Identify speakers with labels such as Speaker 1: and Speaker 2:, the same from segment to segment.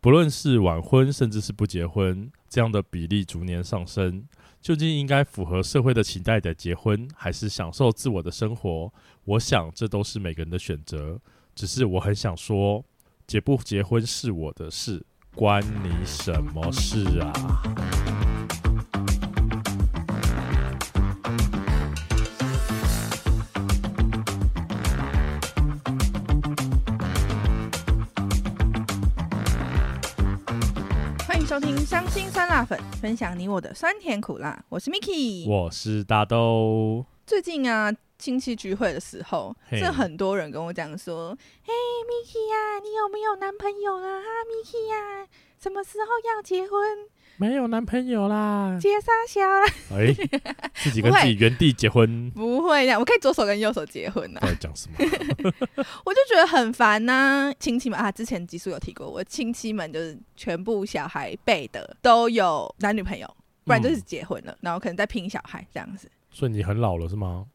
Speaker 1: 不论是晚婚甚至是不结婚，这样的比例逐年上升。究竟应该符合社会的期待的结婚，还是享受自我的生活？我想这都是每个人的选择。只是我很想说，结不结婚是我的事，关你什么事啊？
Speaker 2: 欢迎收听《伤心酸辣粉》，分享你我的酸甜苦辣。我是 Miki。
Speaker 1: 我是大豆。
Speaker 2: 最近啊，亲戚聚会的时候，
Speaker 1: 嘿
Speaker 2: 是很多人跟我讲说：“嘿，Miki 呀、啊，你有没有男朋友啦？啊，Miki 呀、什么时候要结婚？！
Speaker 1: 没有男朋友啦
Speaker 2: 结啥小啊啦？，
Speaker 1: 哎、自己跟自己原地结婚
Speaker 2: 不会的，我可以左手跟右手结婚呐、啊
Speaker 1: 到底讲什么？哦
Speaker 2: 我就觉得很烦呐、亲戚们啊，之前集数有提过，我亲戚们就是全部小孩辈的都有男女朋友，不然就是
Speaker 1: 嗯
Speaker 2: 结婚了，然后可能在拼小孩这样子。
Speaker 1: 所以你很老了是吗？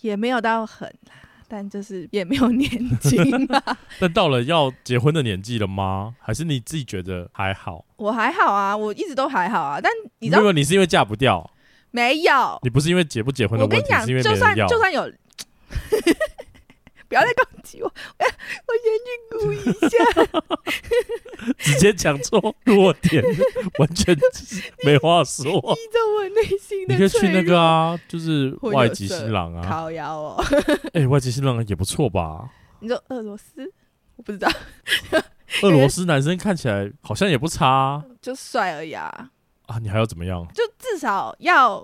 Speaker 2: 也没有到很啦，但就是也没有年轻啦。
Speaker 1: 但到了要结婚的年纪了吗？还是你自己觉得还好？
Speaker 2: 我还好啊，我一直都还好啊，但你知
Speaker 1: 没
Speaker 2: 道
Speaker 1: 有，你是因为嫁不掉，
Speaker 2: 没有？
Speaker 1: 你不是因为结不结婚的
Speaker 2: 我跟
Speaker 1: 问
Speaker 2: 你
Speaker 1: 题，
Speaker 2: 讲，
Speaker 1: 是因为
Speaker 2: 就
Speaker 1: 没
Speaker 2: 算
Speaker 1: 人要。
Speaker 2: 就算有，不要再攻击我，我我先去估一下。
Speaker 1: 直接讲错弱点， 完全就是没话说。
Speaker 2: 依照我内心
Speaker 1: 你可以
Speaker 2: 的
Speaker 1: 去
Speaker 2: 脆
Speaker 1: 那
Speaker 2: 弱，
Speaker 1: 个啊，就是
Speaker 2: 我有
Speaker 1: 外籍
Speaker 2: 色
Speaker 1: 新郎啊，
Speaker 2: 靠腰哦。
Speaker 1: 哎、外籍新郎也不错吧？
Speaker 2: 你说俄罗斯，我不知道，
Speaker 1: 俄罗斯男生看起来好像也不差啊，
Speaker 2: 就帅而已啊，
Speaker 1: 啊你还要怎么样？
Speaker 2: 就至少要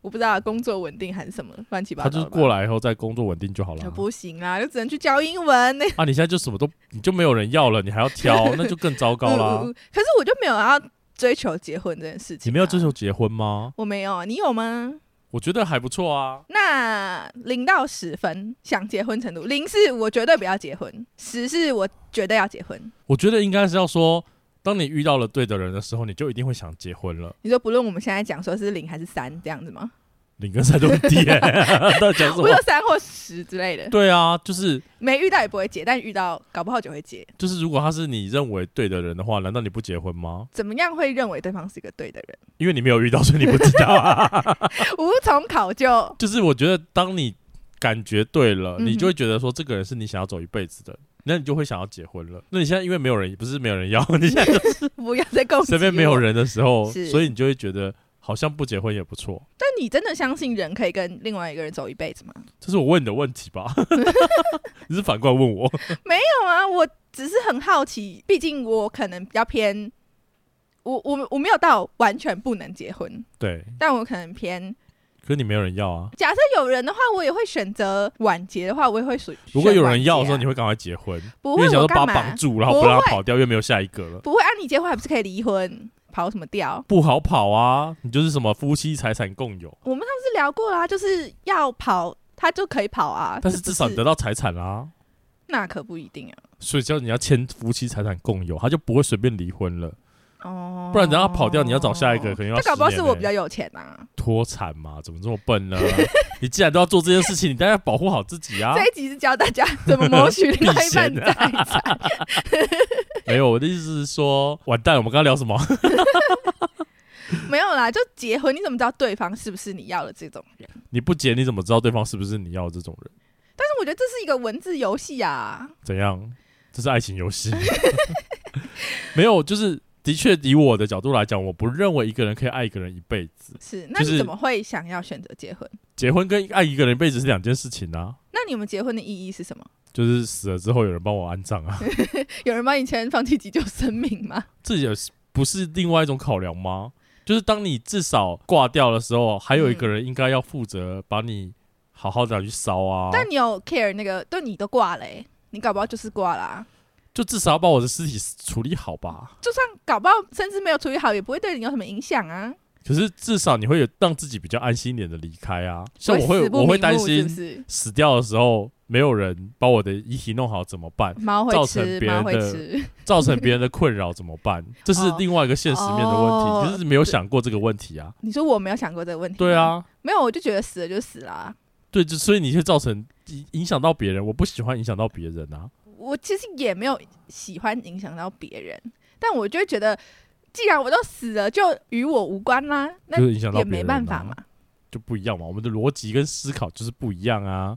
Speaker 2: 我不知道工作稳定还是什么乱七八
Speaker 1: 他
Speaker 2: 糟。
Speaker 1: 就是过。来以后再工作稳定就好了啊。
Speaker 2: 不行啦，就只能去教英文那
Speaker 1: 啊，你现在就什么都你就没有人要了，你还要 挑，那就更糟糕啦
Speaker 2: 嗯嗯。嗯可是我就没有要追求结婚这件事情、啊
Speaker 1: 你没有追？求结婚吗？
Speaker 2: 我没有啊，你有吗？
Speaker 1: 我觉得还不错啊。
Speaker 2: 那零到十分想结婚程度，零是我绝对不要结婚，十是我绝对要结婚。
Speaker 1: 我觉得应该是要说，当你遇到了对的人的时候，你就一定会想结婚了。
Speaker 2: 你说不论我们现在讲说是零还是三这样子吗？
Speaker 1: 领跟山都很低、欸， 到底讲什么
Speaker 2: 我有？三或十之类的，
Speaker 1: 对啊，就是
Speaker 2: 没遇到也不会结，但遇到搞不好就会结。
Speaker 1: 就是，如果他是你认为对的人的话，难道你不结婚吗？
Speaker 2: 怎么样会认为对方是一个对的 人？
Speaker 1: 因为你没有遇到，所以你不知道 啊。
Speaker 2: 无从考究。
Speaker 1: 就是我觉得，当你感觉对了，
Speaker 2: 嗯哼
Speaker 1: 你就会觉得说，这个人是你想要走一辈子的，那你就会想要结婚了。那你现在因为没有人，不是没有人 要，你现在就是
Speaker 2: 不要再攻击
Speaker 1: 身边没有
Speaker 2: 我。
Speaker 1: 人的时候，
Speaker 2: 是
Speaker 1: 所以你就会觉得好像不结婚也不错。
Speaker 2: 但你真的相信人可以跟另外一个人走一辈子吗？
Speaker 1: 这是我问你的问题 吧？你是反过来问我？
Speaker 2: 没有啊，我只是很好奇，毕竟我可能比较偏，我我我没有到完全不能结婚，
Speaker 1: 对，
Speaker 2: 但我可能偏。
Speaker 1: 可是你没有人要啊。
Speaker 2: 假设有人的话，我也会选择晚结的话，我也会选。
Speaker 1: 如果有人要的时候，
Speaker 2: 选
Speaker 1: 你会赶快结婚，
Speaker 2: 晚结啊不
Speaker 1: 因为
Speaker 2: 会
Speaker 1: 想
Speaker 2: 我
Speaker 1: 说把
Speaker 2: 干
Speaker 1: 他绑
Speaker 2: 嘛？
Speaker 1: 住，然后不让他跑掉，又没有下一个了。
Speaker 2: 不会啊，你结婚还不是可以离婚，跑什么调？
Speaker 1: 不好跑啊！你就是什么夫妻财产共有，
Speaker 2: 我们上次聊过啦、就是要跑，他就可以跑啊。
Speaker 1: 但
Speaker 2: 是
Speaker 1: 是
Speaker 2: 不
Speaker 1: 至少你得到财产啦、
Speaker 2: 那可不一定啊。
Speaker 1: 所以叫你要签夫妻财产共有，他就不会随便离婚了。
Speaker 2: 哦，
Speaker 1: 不然等他跑掉你要找下一个可能要
Speaker 2: 这搞不好
Speaker 1: 十
Speaker 2: 是
Speaker 1: 年
Speaker 2: 我
Speaker 1: 欸
Speaker 2: 比较有钱啊。
Speaker 1: 脱产嘛，怎么这么笨呢？ 你既然都要做这件事情，你当然要保护好自己 啊
Speaker 2: 这！一集是教大家怎么谋取 另外一半
Speaker 1: 避嫌
Speaker 2: 财产。
Speaker 1: 没有，我的意思是说，完蛋，我们刚刚聊什么？
Speaker 2: 没有啦，就结婚，你怎么知道对方是不是你要的这种人？
Speaker 1: 你不结，你怎么知道对方是不是你要的这种人？
Speaker 2: 但是我觉得这是一个文字游戏啊，
Speaker 1: 怎样？这是爱情游戏？ 没有，就是的确，以我的角度来讲，我不认为一个人可以爱一个人一辈子。
Speaker 2: 是？那
Speaker 1: 就是
Speaker 2: 你怎么会想要选择结婚？
Speaker 1: 结婚跟爱一个人一辈子是两件事情啊。
Speaker 2: 那你们结婚的意义是什么？
Speaker 1: 就是死了之后有人帮我安葬啊，
Speaker 2: 有人帮你签放弃急救生命吗？
Speaker 1: 这也是不是另外一种考量吗？就是当你至少挂掉的时候，还有一个人应该要负责把你好好的拿去烧啊，
Speaker 2: 嗯但你有 care 那个，对你都挂了欸、你搞不好就是挂啦、
Speaker 1: 就至少要把我的尸体处理好吧。
Speaker 2: 就算搞不好甚至没有处理好，也不会对你有什么影响啊。
Speaker 1: 可是至少你会有让自己比较安心一点的离开啊。像我
Speaker 2: 会
Speaker 1: 会
Speaker 2: 死不
Speaker 1: 我会
Speaker 2: 瞑
Speaker 1: 担
Speaker 2: 目是
Speaker 1: 心
Speaker 2: 不是
Speaker 1: 死掉的时候没有人把我的遗体弄好怎么 办，
Speaker 2: 猫会
Speaker 1: 造成
Speaker 2: 吃，
Speaker 1: 别人
Speaker 2: 猫会
Speaker 1: 的
Speaker 2: 吃。
Speaker 1: 造成别人的困扰怎么办？这是
Speaker 2: 哦
Speaker 1: 另外一个现实面的问
Speaker 2: 哦
Speaker 1: 题，就是没有想过这个问题 啊。
Speaker 2: 你说我没有想过这个问题？
Speaker 1: 对，啊，
Speaker 2: 没有，我就觉得死了就死了啊、
Speaker 1: 对，就所以你会造成影影响到别人，我不喜欢影响到别人啊。
Speaker 2: 我其实也没有喜欢影响到别人，但我就会觉得，既然我都死了，就与我无关啦，那
Speaker 1: 就是影响到
Speaker 2: 也
Speaker 1: 别
Speaker 2: 没
Speaker 1: 人
Speaker 2: 办法
Speaker 1: 啊
Speaker 2: 嘛。
Speaker 1: 就不一样嘛。我们的逻辑跟思考就是不一样啊。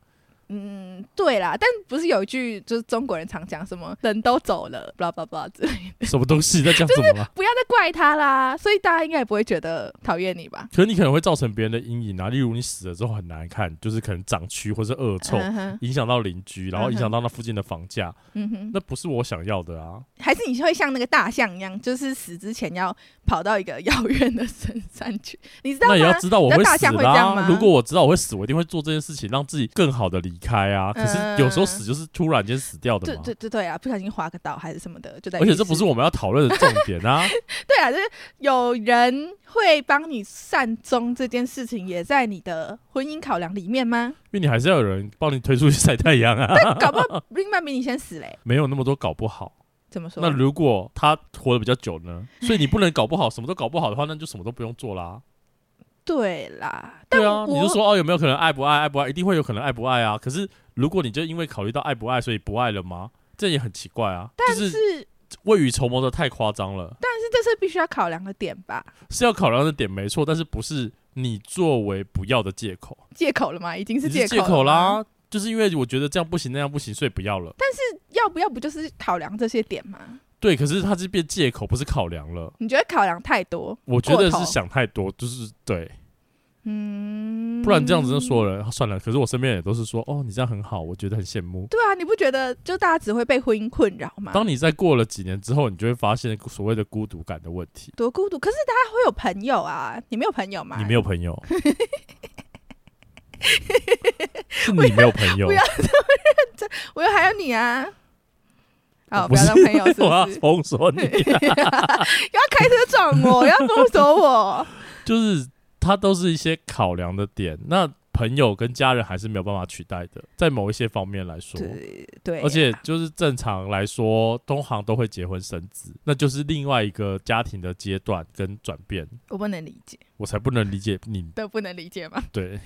Speaker 2: 嗯，对啦，但不是有一句就是中国人常讲什么“人都走了 ”，blah blah blah 之类的，
Speaker 1: 什么东西在讲什么啊 啦？
Speaker 2: 不要再怪他啦。所以大家应该也不会觉得讨厌你吧？
Speaker 1: 可是你可能会造成别人的阴影啊，例如你死了之后很难看，就是可能长蛆或是恶臭，
Speaker 2: 嗯哼，
Speaker 1: 影响到邻居，然后影响到那附近的房价，
Speaker 2: 嗯哼，
Speaker 1: 那不是我想要的啊。
Speaker 2: 还是你会像那个大象一样，就是死之前要跑到一个遥远的深山去，你知道
Speaker 1: 那也要
Speaker 2: 吗？
Speaker 1: 知道我
Speaker 2: 那大
Speaker 1: 死
Speaker 2: 象会这样
Speaker 1: 啦。
Speaker 2: 吗
Speaker 1: 如果我知道我会死，我一定会做这件事情，让自己更好的离开啊。可是有时候死就是突然间死掉的
Speaker 2: 嗯对
Speaker 1: 嘛。
Speaker 2: 对对对啊，不小心滑个倒还是什么的，就在。
Speaker 1: 而且这不是我们要讨论的重点 啊！
Speaker 2: 对啊，就是有人会帮你善终这件事情，也在你的婚姻考量里面 吗？
Speaker 1: 因为你还是要有人帮你推出去晒太阳 啊，
Speaker 2: 搞不好另一半比你先死嘞、
Speaker 1: 没有那么多搞不好。
Speaker 2: 怎么说？
Speaker 1: 那如果他活得比较久 呢？所以你不能搞不好，什么都搞不好的话，那就什么都不用做啦。
Speaker 2: 对啦，但
Speaker 1: 对啊，
Speaker 2: 我
Speaker 1: 你就说哦，有没有可能爱不爱？爱不爱？一定会有可能爱不爱啊。可是如果你就因为考虑到爱不爱，所以不爱了吗？这也很奇怪啊，
Speaker 2: 但
Speaker 1: 就是是未雨绸缪的太夸张了，
Speaker 2: 但是这是必须要考量的点吧？
Speaker 1: 是要考量的点没错，但是不是你作为不要的借口？
Speaker 2: 借口了吗？已经是
Speaker 1: 你
Speaker 2: 借
Speaker 1: 是
Speaker 2: 口
Speaker 1: 借口
Speaker 2: 了吗。
Speaker 1: 啦，就是因为我觉得这样不行，那样不行，所以不要了。
Speaker 2: 要不要不就是考量这些点吗？
Speaker 1: 对，可是他是变借口，不是考量了。
Speaker 2: 你觉得考量太多？
Speaker 1: 我觉得
Speaker 2: 过
Speaker 1: 是
Speaker 2: 头
Speaker 1: 想太多，就是对。
Speaker 2: 嗯，
Speaker 1: 不然这样子就说了，算了。可是我身边也都是说，哦，你这样很好，我觉得很羡慕。
Speaker 2: 对啊，你不觉得就大家只会被婚姻困扰吗？
Speaker 1: 当你在过了几年之后，你就会发现所谓的孤独感的问题。
Speaker 2: 多孤独，可是大家会有朋友啊，你没有朋友吗？
Speaker 1: 你没有朋 友，是你没有朋友
Speaker 2: 不，要我有还有你啊。好，
Speaker 1: 我哦不
Speaker 2: 不要
Speaker 1: 是
Speaker 2: 当朋友，是不
Speaker 1: 我要
Speaker 2: 是？
Speaker 1: 封锁你。
Speaker 2: 要开车撞我，要封 锁我。
Speaker 1: 就是它都是一些考量的点。那朋友跟家人还是没有办法取代的，在某一些方面来说。
Speaker 2: 对对，啊
Speaker 1: 而且就是正常来说，东航都会结婚生子，那就是另外一个家庭的阶段跟转变。
Speaker 2: 我不能理解，
Speaker 1: 我才不能理解你
Speaker 2: 都不能理解吗？
Speaker 1: 对，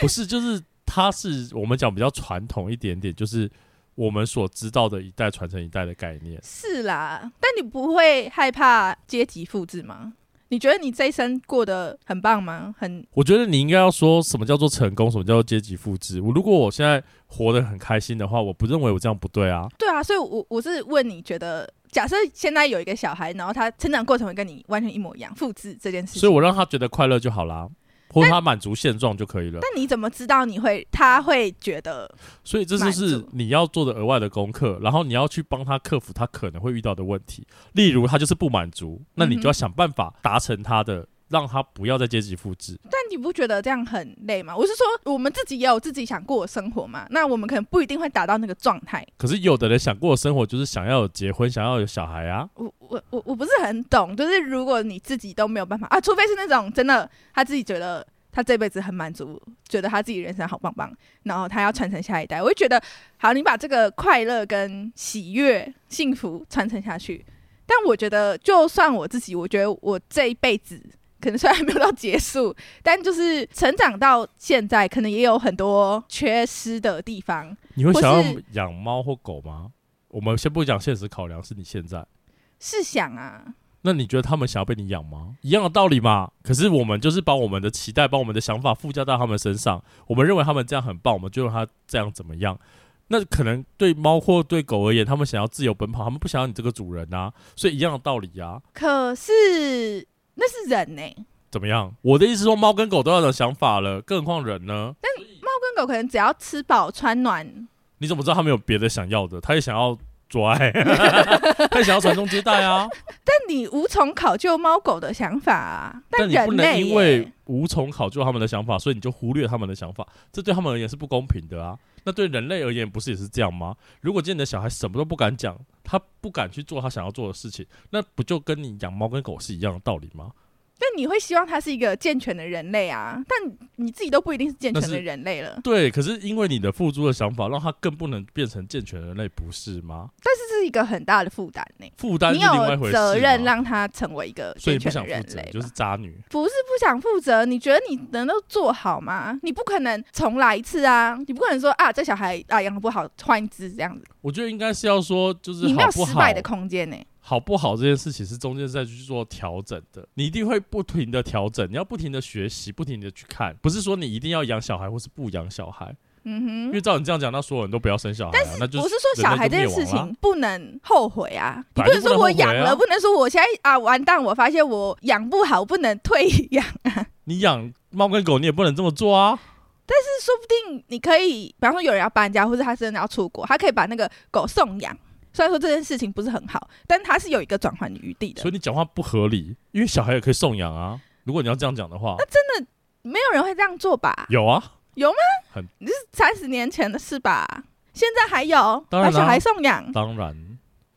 Speaker 1: 不是，就是它是我们讲比较传统一点点，就是我们所知道的一代传承一代的概念。
Speaker 2: 是啦，但你不会害怕阶级复制吗？你觉得你这一生过得很棒吗？很
Speaker 1: 我觉得你应该要说什么叫做成功，什么叫做阶级复制。我如果我现在活得很开心的话，我不认为我这样不对啊。
Speaker 2: 对啊，所以我我是问你觉得，假设现在有一个小孩，然后他成长过程会跟你完全一模一样，复制这件事情，
Speaker 1: 所以我让他觉得快乐就好啦，或者他满足现状就可以了。
Speaker 2: 但你怎么知道你会他会觉得
Speaker 1: 所以这就
Speaker 2: 满
Speaker 1: 是
Speaker 2: 足
Speaker 1: 你要做的额外的功课，然后你要去帮他克服他可能会遇到的问题。例如他就是不满足，那你
Speaker 2: 嗯哼
Speaker 1: 就要想办法达成他的，让他不要再阶级复制。
Speaker 2: 但你不觉得这样很累吗？我是说，我们自己也有自己想过的生活嘛，那我们可能不一定会达到那个状态。
Speaker 1: 可是有的人想过的生活就是想要有结婚，想要有小孩啊。
Speaker 2: 我我我我不是很懂，就是如果你自己都没有办法啊，除非是那种真的他自己觉得他这辈子很满足，觉得他自己人生好棒棒，然后他要传承下一代，我就觉得好，你把这个快乐跟喜悦、幸福传承下去。但我觉得，就算我自己，我觉得我这一辈子可能虽然还没有到结束，但就是成长到现在，可能也有很多缺失的地方。
Speaker 1: 你会
Speaker 2: 或
Speaker 1: 想要
Speaker 2: 是
Speaker 1: 养猫或狗吗？我们先不讲现实考量，是你现在。
Speaker 2: 是想啊，
Speaker 1: 那你觉得他们想要被你养吗？一样的道理嘛。可是我们就是把我们的期待、把我们的想法附加到他们身上，我们认为他们这样很棒，我们就让他这样怎么样。那可能对猫或对狗而言，他们想要自由奔跑，他们不想要你这个主人啊。所以一样的道理啊。
Speaker 2: 可是那是人呢、欸
Speaker 1: 怎么样？我的意思是说，猫跟狗都要有想法了，更何况人呢？
Speaker 2: 猫跟狗可能只要吃饱穿暖，
Speaker 1: 你怎么知道他们有别的想要的？他也想要做爱， 他也想要传宗接代啊。
Speaker 2: 但你无从考究猫狗的想法啊。
Speaker 1: 但你
Speaker 2: 人
Speaker 1: 不能
Speaker 2: 类
Speaker 1: 因
Speaker 2: 耶
Speaker 1: 为无从考究他们的想法，所以你就忽略他们的想法，这对他们而言是不公平的啊。那对人类而言，不是也是这样吗？如果今天你的小孩什么都不敢讲，他不敢去做他想要做的事情，那不就跟你养猫跟狗是一样的道理吗？
Speaker 2: 但你会希望它是一个健全的人类啊，但你自己都不一定是健全
Speaker 1: 那
Speaker 2: 的
Speaker 1: 是
Speaker 2: 人类了，
Speaker 1: 对，可是因为你的付出的想法，让他更不能变成健全人类，不是吗？
Speaker 2: 这是一个很大的负担呢。
Speaker 1: 负担
Speaker 2: 你
Speaker 1: 是另外一
Speaker 2: 有
Speaker 1: 回事嘛。
Speaker 2: 责任让它成为一个
Speaker 1: 所以
Speaker 2: 健
Speaker 1: 你不
Speaker 2: 全
Speaker 1: 想
Speaker 2: 的
Speaker 1: 负
Speaker 2: 人
Speaker 1: 责
Speaker 2: 类，，
Speaker 1: 就是渣女。
Speaker 2: 不是不想负责。你觉得你能够做好吗？你不可能重来一次啊！你不可能说啊，这小孩啊养的不好，换一只这样子，
Speaker 1: 我觉得应该是要说，就是
Speaker 2: 你没
Speaker 1: 好
Speaker 2: 有
Speaker 1: 不
Speaker 2: 失
Speaker 1: 好，
Speaker 2: 败的空间呢、
Speaker 1: 好不好这件事情是中间再去做调整的，你一定会不停的调整，你要不停的学习，不停的去看，不是说你一定要养小孩或是不养小孩，
Speaker 2: 嗯
Speaker 1: 因
Speaker 2: 哼
Speaker 1: 为。照你这样讲，那所有人都不要生小孩、啊，那就
Speaker 2: 我是说，小孩这件事情不能后悔啊！你
Speaker 1: 啊本
Speaker 2: 不
Speaker 1: 来
Speaker 2: 能
Speaker 1: 就不
Speaker 2: 说
Speaker 1: 能
Speaker 2: 我
Speaker 1: 后悔啊
Speaker 2: 养了，不能说我现在啊完蛋，我发现我养不好，不能退养。
Speaker 1: 你养猫跟狗，你也不能这么做啊。
Speaker 2: 但是说不定你可以，比方说有人要搬家，或者他真的要出国，他可以把那个狗送养。虽然说这件事情不是很好，但他是有一个转换余地的
Speaker 1: 所。以你讲话不合理，因为小孩也可以送养啊。如果你要这样讲的话，
Speaker 2: 没有人会这样做吧？
Speaker 1: 有啊，
Speaker 2: 三十年前的事吧？现在还有
Speaker 1: 当
Speaker 2: 把
Speaker 1: 然啦
Speaker 2: 小孩送养？
Speaker 1: 当然，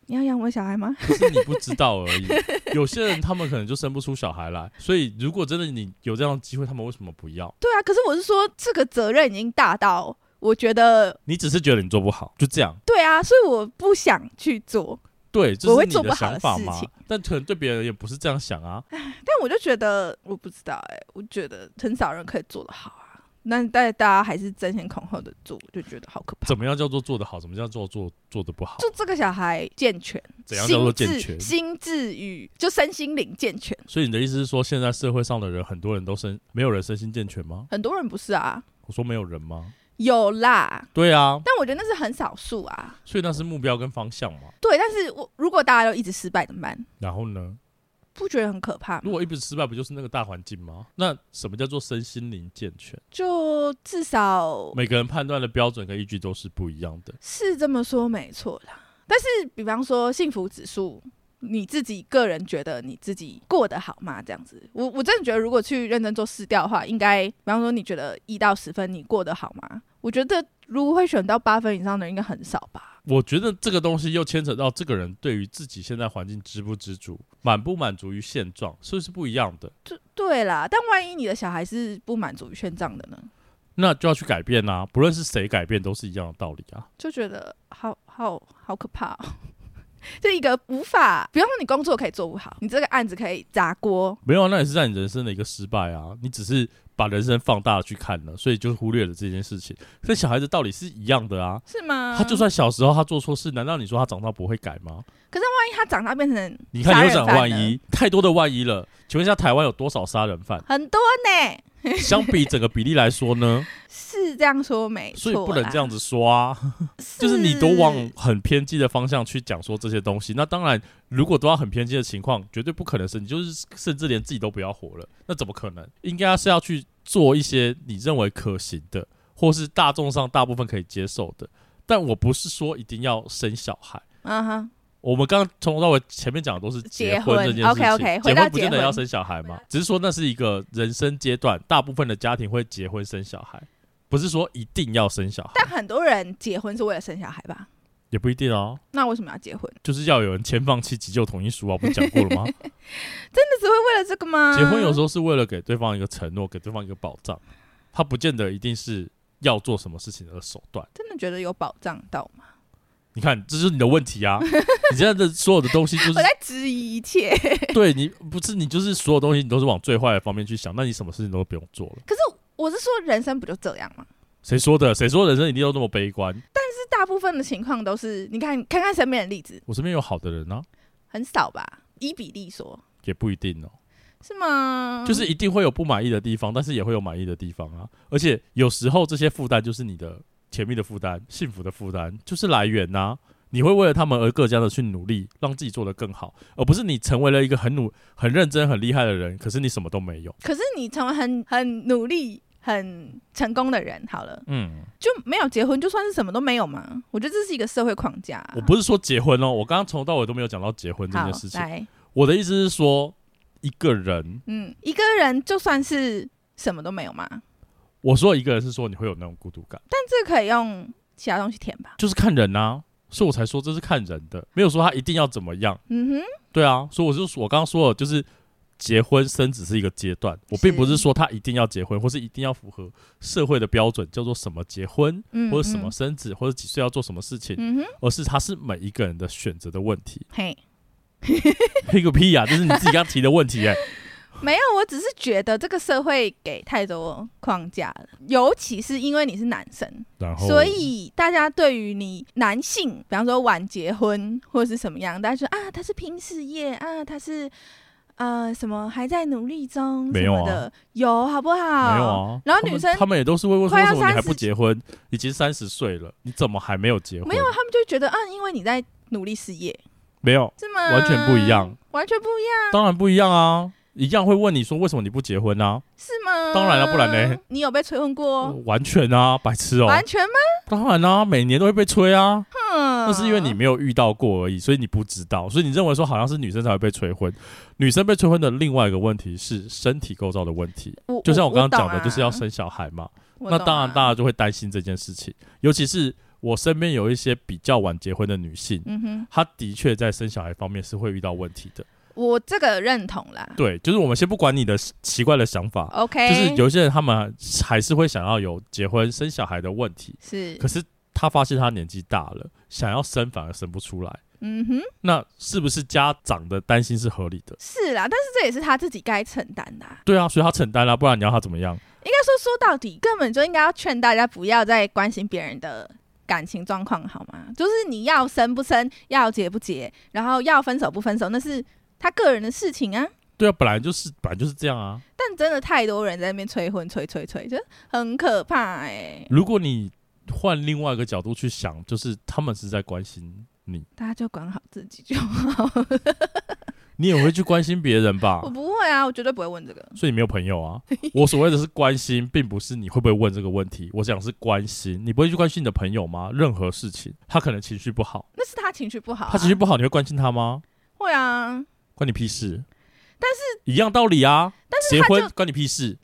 Speaker 2: 你要养我小孩吗？
Speaker 1: 可是你不知道而已。有些人他们可能就生不出小孩来，所以如果真的你有这样的机会，他们为什么不要？
Speaker 2: 对啊，可是我是说，这个责任已经大到我觉得，
Speaker 1: 你只是觉得你做不好，就这样。
Speaker 2: 对啊，所以我不想去做。
Speaker 1: 对，这
Speaker 2: 我
Speaker 1: 是
Speaker 2: 会
Speaker 1: 你
Speaker 2: 做不
Speaker 1: 的
Speaker 2: 好
Speaker 1: 想
Speaker 2: 的
Speaker 1: 法
Speaker 2: 事
Speaker 1: 嘛
Speaker 2: 情？
Speaker 1: 但可能对别人也不是这样想啊。
Speaker 2: 但我就觉得，我不知道哎、我觉得很少人可以做得好啊。那但大家还是争先恐后的做，我就觉得好可怕。
Speaker 1: 怎么样叫做做得好？怎么叫做做做得不好？
Speaker 2: 就这个小孩健全，
Speaker 1: 怎样叫做
Speaker 2: 心
Speaker 1: 健
Speaker 2: 智
Speaker 1: 全？
Speaker 2: 心智与就身心灵健全。
Speaker 1: 所以你的意思是说，现在社会上的人，很多人都身没有人身心健全吗？
Speaker 2: 很多人不是啊，
Speaker 1: 我说没有人吗？
Speaker 2: 有啦，
Speaker 1: 对啊，
Speaker 2: 但我觉得那是很少数啊。
Speaker 1: 所以那是目标跟方向嘛。
Speaker 2: 对，但是我如果大家都一直失败怎么办？
Speaker 1: 然后呢，
Speaker 2: 不觉得很可怕
Speaker 1: 如
Speaker 2: 吗？
Speaker 1: 果一直失败，不就是那个大环境吗？那什么叫做身心灵健全？
Speaker 2: 就至少
Speaker 1: 每个人判断的标准跟依据都是不一样的。
Speaker 2: 是这么说没错啦。但是，比方说幸福指数，你自己个人觉得你自己过得好吗？这样子，我我真的觉得，如果去认真做试调的话，应该，比方说你觉得一到十分，你过得好吗？我觉得如果会选到八分以上的，应该很少吧。
Speaker 1: 我觉得这个东西又牵扯到这个人对于自己现在环境知不知足，满不满足于现状，是不是不一样的？
Speaker 2: 就对啦，但万一你的小孩是不满足于现状的呢？
Speaker 1: 那就要去改变啊！不论是谁改变，都是一样的道理啊。
Speaker 2: 就觉得好好好可怕、哦。 就一个无法，比方说你工作可以做不好，你这个案子可以砸锅，
Speaker 1: 没有啊，那也是在你人生的一个失败啊。你只是把人生放大去看了，所以就忽略了这件事情。跟小孩子道理是一样的啊。
Speaker 2: 是吗？
Speaker 1: 他就算小时候他做错事，难道你说他长大不会改吗？
Speaker 2: 万一他长大变成
Speaker 1: 你
Speaker 2: 杀
Speaker 1: 看有
Speaker 2: 人
Speaker 1: 讲
Speaker 2: 犯
Speaker 1: 万
Speaker 2: 呢？
Speaker 1: 一，太多的万一了。请问一下，台湾有多少杀人犯
Speaker 2: 很多呢，
Speaker 1: 相比整个比例来说呢？
Speaker 2: 是这样说 没
Speaker 1: 所
Speaker 2: 错，
Speaker 1: 以不能这样，子说啊，就是你都往很偏激的方向去讲说这些东西。那当然，如果都要很偏激的情况，绝对不可能是你就是甚至连自己都不要活了，那怎么可能？应该是要去做一些你认为可行的，或是大众上大部分可以接受的。但我不是说一定要生小孩。
Speaker 2: 嗯哼，
Speaker 1: 我们刚刚从头到尾前面讲的都是结婚这件事情，
Speaker 2: 结婚，OK，OK，回
Speaker 1: 结
Speaker 2: 到
Speaker 1: 婚不见
Speaker 2: 结
Speaker 1: 得
Speaker 2: 婚
Speaker 1: 要生小孩嘛，只是说那是一个人生阶段，大部分的家庭会结婚生小孩，不是说一定要生小孩，
Speaker 2: 但很多人结婚是为了生小孩吧？
Speaker 1: 也不一定哦，
Speaker 2: 那为什么要结婚？
Speaker 1: 就是要有人签放弃急救同意书啊，不是讲过 了吗？
Speaker 2: 那只会为了这个吗？
Speaker 1: 结婚有时
Speaker 2: 候
Speaker 1: 候是为了给对方一个承诺，给对方一个保障，他不见得一定是要做什么事情的手段。
Speaker 2: 真的觉得有保障到吗？
Speaker 1: 你看，这就是你的问题 啊！你现在的所有的东西就是
Speaker 2: 我在质疑一切，
Speaker 1: 对你不是你就是所有东西你都是往最坏的方面去想，那你什么事情都不用做了。
Speaker 2: 可是我是说人生不就这样吗？
Speaker 1: 谁说的？谁说人生一定要这么悲观？
Speaker 2: 是大部分的情况都是，你看看看身边的例子，
Speaker 1: 我身边有好的人啊，
Speaker 2: 很少吧？以比例说，
Speaker 1: 也不一定哦、
Speaker 2: 是吗？
Speaker 1: 就是一定会有不满意的地方，但是也会有满意的地方啊。而且有时候这些负担就是你的甜蜜的负担、幸福的负担，就是来源呐、你会为了他们而更加的去努力，让自己做得更好，而不是你成为了一个很努、很认真、很厉害的人，可是你什么都没有。
Speaker 2: 可是你成为很很努力、很成功的人，好了，
Speaker 1: 嗯，
Speaker 2: 就没有结婚，就算是什么都没有嘛。我觉得这是一个社会框架啊、
Speaker 1: 我不是说结婚哦，我刚刚从头到尾都没有讲到结婚这
Speaker 2: 好
Speaker 1: 件事情。
Speaker 2: 来，
Speaker 1: 我的意思是说，一个人，
Speaker 2: 嗯，一个人就算是什么都没有嘛，
Speaker 1: 我说一个人是说你会有那种孤独感。
Speaker 2: 但这可以用其他东西填吧。
Speaker 1: 就是看人啊，所以我才说这是看人的，没有说他一定要怎么样。
Speaker 2: 嗯哼，
Speaker 1: 对啊，所以我就说我刚刚说的，就是结婚生子是一个阶段，我并不是说他一定要结婚，或是一定要符合社会的标准，叫做什么结婚，
Speaker 2: 嗯，
Speaker 1: 或者什么生子，或者几岁要做什么事情，
Speaker 2: 嗯？嗯哼，
Speaker 1: 而是他是每一个人的选择的问题。
Speaker 2: 嘿，
Speaker 1: 嘿个屁呀、啊，这是你自己刚提的问题哎、
Speaker 2: 没有，我只是觉得这个社会给太多框架了，尤其是因为你是男生，
Speaker 1: 然后，
Speaker 2: 所以大家对于你男性，比方说晚结婚或是什么样，大家说啊，他是拼事业啊，他是呃什么还在努力中
Speaker 1: 没
Speaker 2: 什
Speaker 1: 有啊
Speaker 2: 么的，有好不好？
Speaker 1: 没有啊。
Speaker 2: 然
Speaker 1: 他
Speaker 2: 后
Speaker 1: 们
Speaker 2: 女生
Speaker 1: 他们也都是会问说，
Speaker 2: 快
Speaker 1: 为
Speaker 2: 要
Speaker 1: 什么你还
Speaker 2: 30
Speaker 1: 不结婚？已经三十岁了，你怎么还没有结婚？
Speaker 2: 没有，他们就觉得啊，因为你在努力事业，
Speaker 1: 没有，
Speaker 2: 这么
Speaker 1: 完全不一样，
Speaker 2: 完全不一样
Speaker 1: 当然不一样啊。一样会问你说为什么你不结婚啊？
Speaker 2: 是吗？
Speaker 1: 当然了不然呢？
Speaker 2: 你有被催婚过？
Speaker 1: 完全啊，白痴哦、
Speaker 2: 哦完全吗？
Speaker 1: 当然啦、每年都会被催啊，
Speaker 2: 嗯，
Speaker 1: 那是因为你没有遇到过而已，所以你不知道，所以你认为说好像是女生才会被催婚。女生被催婚的另外一个问题是身体构造的问题，
Speaker 2: 我，
Speaker 1: 就像我刚刚讲
Speaker 2: 懂
Speaker 1: 的，
Speaker 2: 啊
Speaker 1: 就是要生小孩嘛。
Speaker 2: 我
Speaker 1: 那
Speaker 2: 懂
Speaker 1: 当然，
Speaker 2: 啊
Speaker 1: 大家就会担心这件事情，尤其是我身边有一些比较晚结婚的女性，
Speaker 2: 嗯哼，
Speaker 1: 她的确在生小孩方面是会遇到问题的。
Speaker 2: 我这个认同啦。
Speaker 1: 对，就是我们先不管你的奇怪的想法，
Speaker 2: OK，
Speaker 1: 就是有些人他们还是会想要有结婚生小孩的问题，
Speaker 2: 是
Speaker 1: 可是他发现他年纪大了，想要生反而生不出来，
Speaker 2: 嗯哼
Speaker 1: 那是不是家长的担心是合理的？
Speaker 2: 是啦，但是这也是他自己该承担的啊、
Speaker 1: 对啊，所以他承担啦、不然你要他怎么样？
Speaker 2: 应该说说到底，根本就应该要劝大家不要再关心别人的。感情状况好吗？就是你要生不生，要结不结，然后要分手不分手，那是他个人的事情啊。
Speaker 1: 对啊，本来就是本来就是这样啊。
Speaker 2: 但真的太多人在那边催婚，催催催，就很可怕哎、
Speaker 1: 如果你换另外一个角度去想，就是他们是在关心你，
Speaker 2: 大家就管好自己就好。
Speaker 1: 你也会去关心别人吧
Speaker 2: 我？不会啊，我绝对不会问这个。
Speaker 1: 所以你没有朋友啊。我所谓的是关心，并不是你会不会问这个问题，我讲是关心。你不会去关心你的朋友吗？任何事情，他可能情绪不好，
Speaker 2: 那是他情绪不好、啊，
Speaker 1: 他情绪不好，你会关心他吗？
Speaker 2: 会啊，
Speaker 1: 关你屁事。但是一样道理啊，但是结
Speaker 2: 他就
Speaker 1: 婚关你屁事。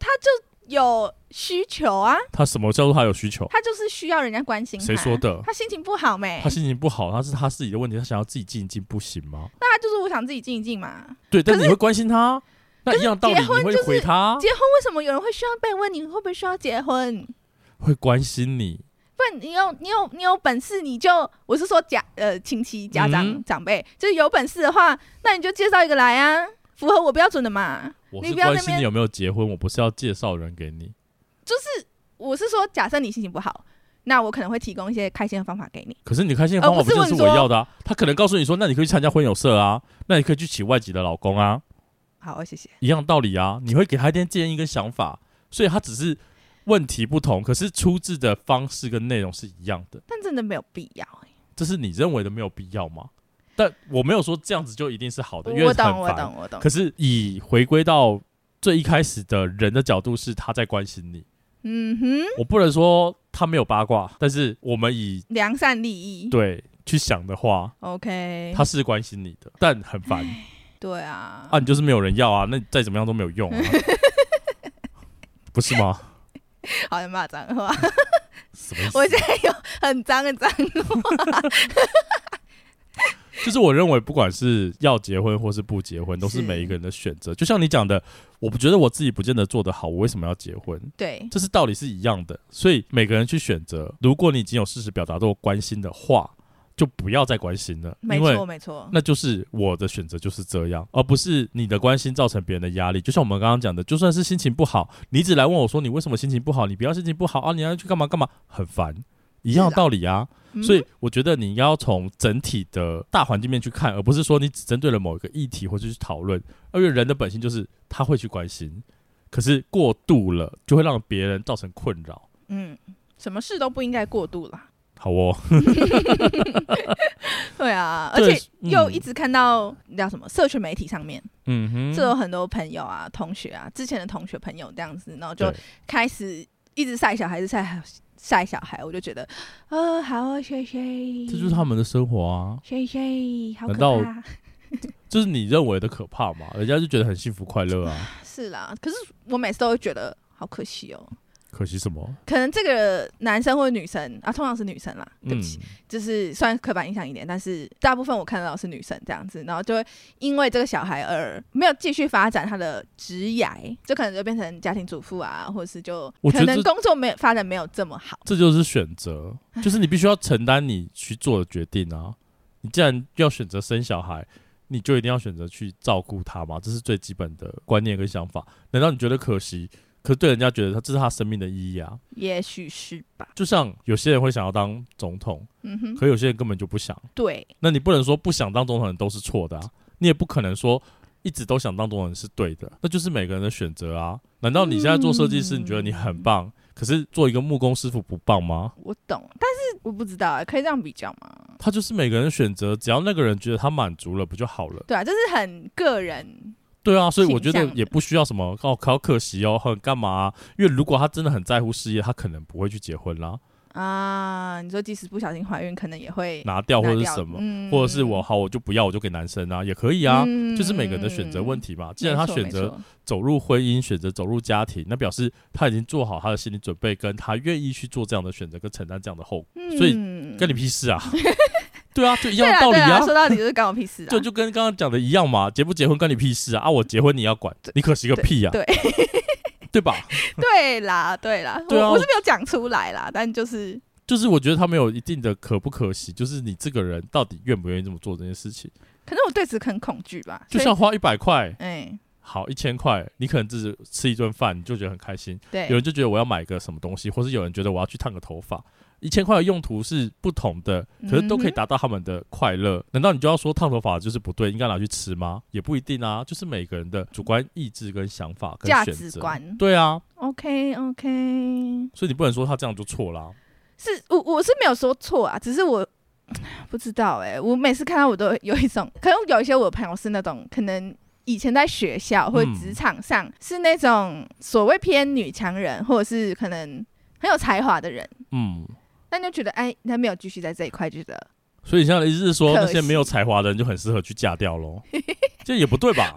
Speaker 2: 有需求啊，
Speaker 1: 他什么叫做他有需求？
Speaker 2: 他就是需要人家关心他。啊
Speaker 1: 谁说的？
Speaker 2: 他心情不好没？
Speaker 1: 他心情不好，那是他自己的问题，他想要自己静一静，不行吗？
Speaker 2: 那他就是我想自己静一静嘛。
Speaker 1: 对，但你会关心他，那一样道理，
Speaker 2: 可
Speaker 1: 你
Speaker 2: 是结婚
Speaker 1: 会回他，
Speaker 2: 结婚为什么有人会需要被问你会不会需要结婚？
Speaker 1: 会关心你。
Speaker 2: 不然你有你有你有本事你就我是说家呃亲戚家长、
Speaker 1: 嗯
Speaker 2: 长辈，就是有本事的话，那你就介绍一个来啊，符合我标准的嘛。
Speaker 1: 我
Speaker 2: 你
Speaker 1: 是
Speaker 2: 不要
Speaker 1: 关
Speaker 2: 那
Speaker 1: 心你
Speaker 2: 边
Speaker 1: 有没有结婚，我不是要介绍人给你。
Speaker 2: 就是我是说，假设你心情不好，那我可能会提供一些开心的方法给你。
Speaker 1: 可是你开心的
Speaker 2: 呃
Speaker 1: 方法
Speaker 2: 不是
Speaker 1: 见
Speaker 2: 问
Speaker 1: 是我
Speaker 2: 说
Speaker 1: 要的啊，他可能告诉你说，那你可以去参加婚友社啊，那你可以去娶外籍的老公啊，
Speaker 2: 好，谢谢。
Speaker 1: 一样道理啊，你会给他一点建议跟想法，所以他只是问题不同，可是出自的方式跟内容是一样的，
Speaker 2: 但真的没有必要、欸。
Speaker 1: 这是你认为的没有必要吗？但我没有说这样子就一定是好的，因为
Speaker 2: 我
Speaker 1: 很
Speaker 2: 懂，我
Speaker 1: 烦。
Speaker 2: 懂，我懂
Speaker 1: 可。是以回归到最一开始的人的角度，是他在关心你，
Speaker 2: 嗯哼，
Speaker 1: 我不能说他没有八卦，但是我们以
Speaker 2: 良善利益。
Speaker 1: 对去想的话，
Speaker 2: ，OK。
Speaker 1: 他是关心你的，但很烦
Speaker 2: 对啊。
Speaker 1: 啊，你就是没有人要啊，那你再怎么样都没有用 啊，不是吗？
Speaker 2: 好像骂脏话，
Speaker 1: 什么意思？
Speaker 2: 我现在有很脏很脏话。
Speaker 1: 就是我认为，不管是要结婚或是不结婚，都是
Speaker 2: 是
Speaker 1: 每一个人的选择。就像你讲的，我不觉得我自己不见得做得好，我为什么要结婚？
Speaker 2: 对，
Speaker 1: 这是道理是一样的，所以每个人去选择。如果你已经有事实表达过关心的话，就不要再关心了，
Speaker 2: 没
Speaker 1: 因为
Speaker 2: 错，没错。
Speaker 1: 那就是我的选择就是这样，而不是你的关心造成别人的压力。就像我们刚刚讲的，就算是心情不好，你一直来问我说你为什么心情不好，你不要心情不好啊，你要去干嘛干嘛，很烦，一样的道理啊。
Speaker 2: 嗯
Speaker 1: 所以我觉得你应该要从整体的大环境面去看，而不是说你只针对了某一个议题或者去讨论。因为人的本性就是他会去关心，可是过度了就会让别人造成困扰。
Speaker 2: 嗯，什么事都不应该过度啦。
Speaker 1: 好哦，
Speaker 2: 对啊，而
Speaker 1: 对
Speaker 2: 且又
Speaker 1: 嗯
Speaker 2: 一直看到那叫什么社群媒体上面，
Speaker 1: 嗯哼，
Speaker 2: 就有很多朋友啊、同学啊、之前的同学朋友这样子，然后就
Speaker 1: 对
Speaker 2: 开始一直晒小孩，一直晒晒小孩，我就觉得，呃，好啊，谢谢。
Speaker 1: 这就是他们的生活啊，
Speaker 2: 谢谢，好可
Speaker 1: 难道
Speaker 2: 怕。
Speaker 1: 就是你认为的可怕嘛，人家就觉得很幸福快乐啊。
Speaker 2: 是啦，可是我每次都会觉得好可惜哦。
Speaker 1: 可惜什么？
Speaker 2: 可能这个男生或者女生啊，通常是女生啦，
Speaker 1: 嗯
Speaker 2: 对不，起，就是算刻板印象一点，但是大部分我看到的是女生这样子，然后就会因为这个小孩而没有继续发展他的职涯，就可能就变成家庭主妇啊，或者啊是就
Speaker 1: 我觉
Speaker 2: 可
Speaker 1: 得这
Speaker 2: 能工作没有发展没有这么好。
Speaker 1: 这就是选择，就是你必须要承担你去做的决定啊。你既然要选择生小孩，你就一定要选择去照顾他吗？这是最基本的观念跟想法。难道你觉得可惜？可是对人家觉得他这是他生命的意义啊。
Speaker 2: 也许是吧。
Speaker 1: 就像有些人会想要当总统，
Speaker 2: 嗯哼，
Speaker 1: 可有些人根本就不想。
Speaker 2: 对，
Speaker 1: 那你不能说不想当总统的人都是错的啊，你也不可能说一直都想当总统的人是对的，那就是每个人的选择啊。难道你现在做设计师，
Speaker 2: 嗯
Speaker 1: 你觉得你很棒，可是做一个木工师傅不棒吗？
Speaker 2: 我懂，但是我不知道、可以这样比较吗？
Speaker 1: 他就是每个人的选择，只要那个人觉得他满足了，不就好了？
Speaker 2: 对啊，这是很个人，
Speaker 1: 对啊，所以我觉
Speaker 2: 倾
Speaker 1: 得
Speaker 2: 向的
Speaker 1: 也不需要什么哦，好可惜哦，很干嘛啊、因为如果他真的很在乎事业，他可能不会去结婚啦，
Speaker 2: 啊，你说即使不小心怀孕，可能也会
Speaker 1: 拿掉或者是
Speaker 2: 拿掉
Speaker 1: 什么，
Speaker 2: 嗯
Speaker 1: 或者是我好我就不要，我就给男生啊，也可以啊，就是每个人的选择问
Speaker 2: 题。
Speaker 1: 题嘛。既然他
Speaker 2: 嗯没错
Speaker 1: 选择
Speaker 2: 没错
Speaker 1: 走入婚姻，选择走入家庭，那表示他已经做好他的心理准备，跟他愿意去做这样的选择，跟承担这样的后果，所以
Speaker 2: 嗯
Speaker 1: 跟你屁 事啊！对啊，就一
Speaker 2: 对
Speaker 1: 样
Speaker 2: 啊
Speaker 1: 道理
Speaker 2: 对啊，说到底就是干我屁事啊！
Speaker 1: 就就跟刚刚讲的一样嘛，结不结婚关你屁事啊！啊，我结婚你要管，你可惜个屁呀、啊
Speaker 2: 对
Speaker 1: 对吧？
Speaker 2: 对啦，对啦，
Speaker 1: 对啊
Speaker 2: 我我是没有讲出来啦，但就是
Speaker 1: 就是我觉得他没有一定的可不可惜，就是你这个人到底愿不愿意这么做这件事情。
Speaker 2: 可能我对此很恐惧吧，
Speaker 1: 就
Speaker 2: 所以
Speaker 1: 像花一百块，
Speaker 2: 哎，
Speaker 1: 好一千块，你可能只是吃一顿饭，你就觉得很开心。
Speaker 2: 对
Speaker 1: 有，人就觉得我要买个什么东西，或是有人觉得我要去烫个头发。一千块的用途是不同的，可是都可以
Speaker 2: 嗯哼
Speaker 1: 达到他们的快乐。难道你就要说烫头发就是不对，应该拿去吃吗？也不一定啊，就是每个人的主观意志跟想法跟
Speaker 2: 价
Speaker 1: 选
Speaker 2: 值
Speaker 1: 择。
Speaker 2: 观
Speaker 1: 对啊，
Speaker 2: OK OK，
Speaker 1: 所以你不能说他这样就错啦。
Speaker 2: 是我我是没有说错啊，只是我 不知道哎、我每次看到我都有一种， 可能有一些我的朋友是那种可能。以前在学校或者
Speaker 1: 嗯
Speaker 2: 职场上、是那种所谓偏女强人，或者是可能很有才华的人，
Speaker 1: 嗯，
Speaker 2: 但就觉得哎，他没有继续在这一块，觉得啊
Speaker 1: 所以你现在的意思是说，
Speaker 2: 可
Speaker 1: 那
Speaker 2: 惜
Speaker 1: 些没有才华的人就很适合去嫁掉喽？ 这也不对吧？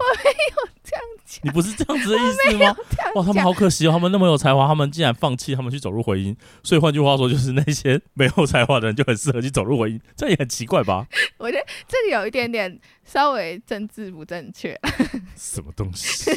Speaker 1: 你不是这样子的意思吗？
Speaker 2: 这样
Speaker 1: 哇，他们
Speaker 2: 讲
Speaker 1: 好可惜哦，他们那么有才华，他们竟然放弃，他们去走入婚姻。所以换句话说，就是那些没有才华的人就很适合去走入婚姻，这样也很奇怪 吧？
Speaker 2: 我觉得这里有一点点稍微政治不 正确，
Speaker 1: 什么东西？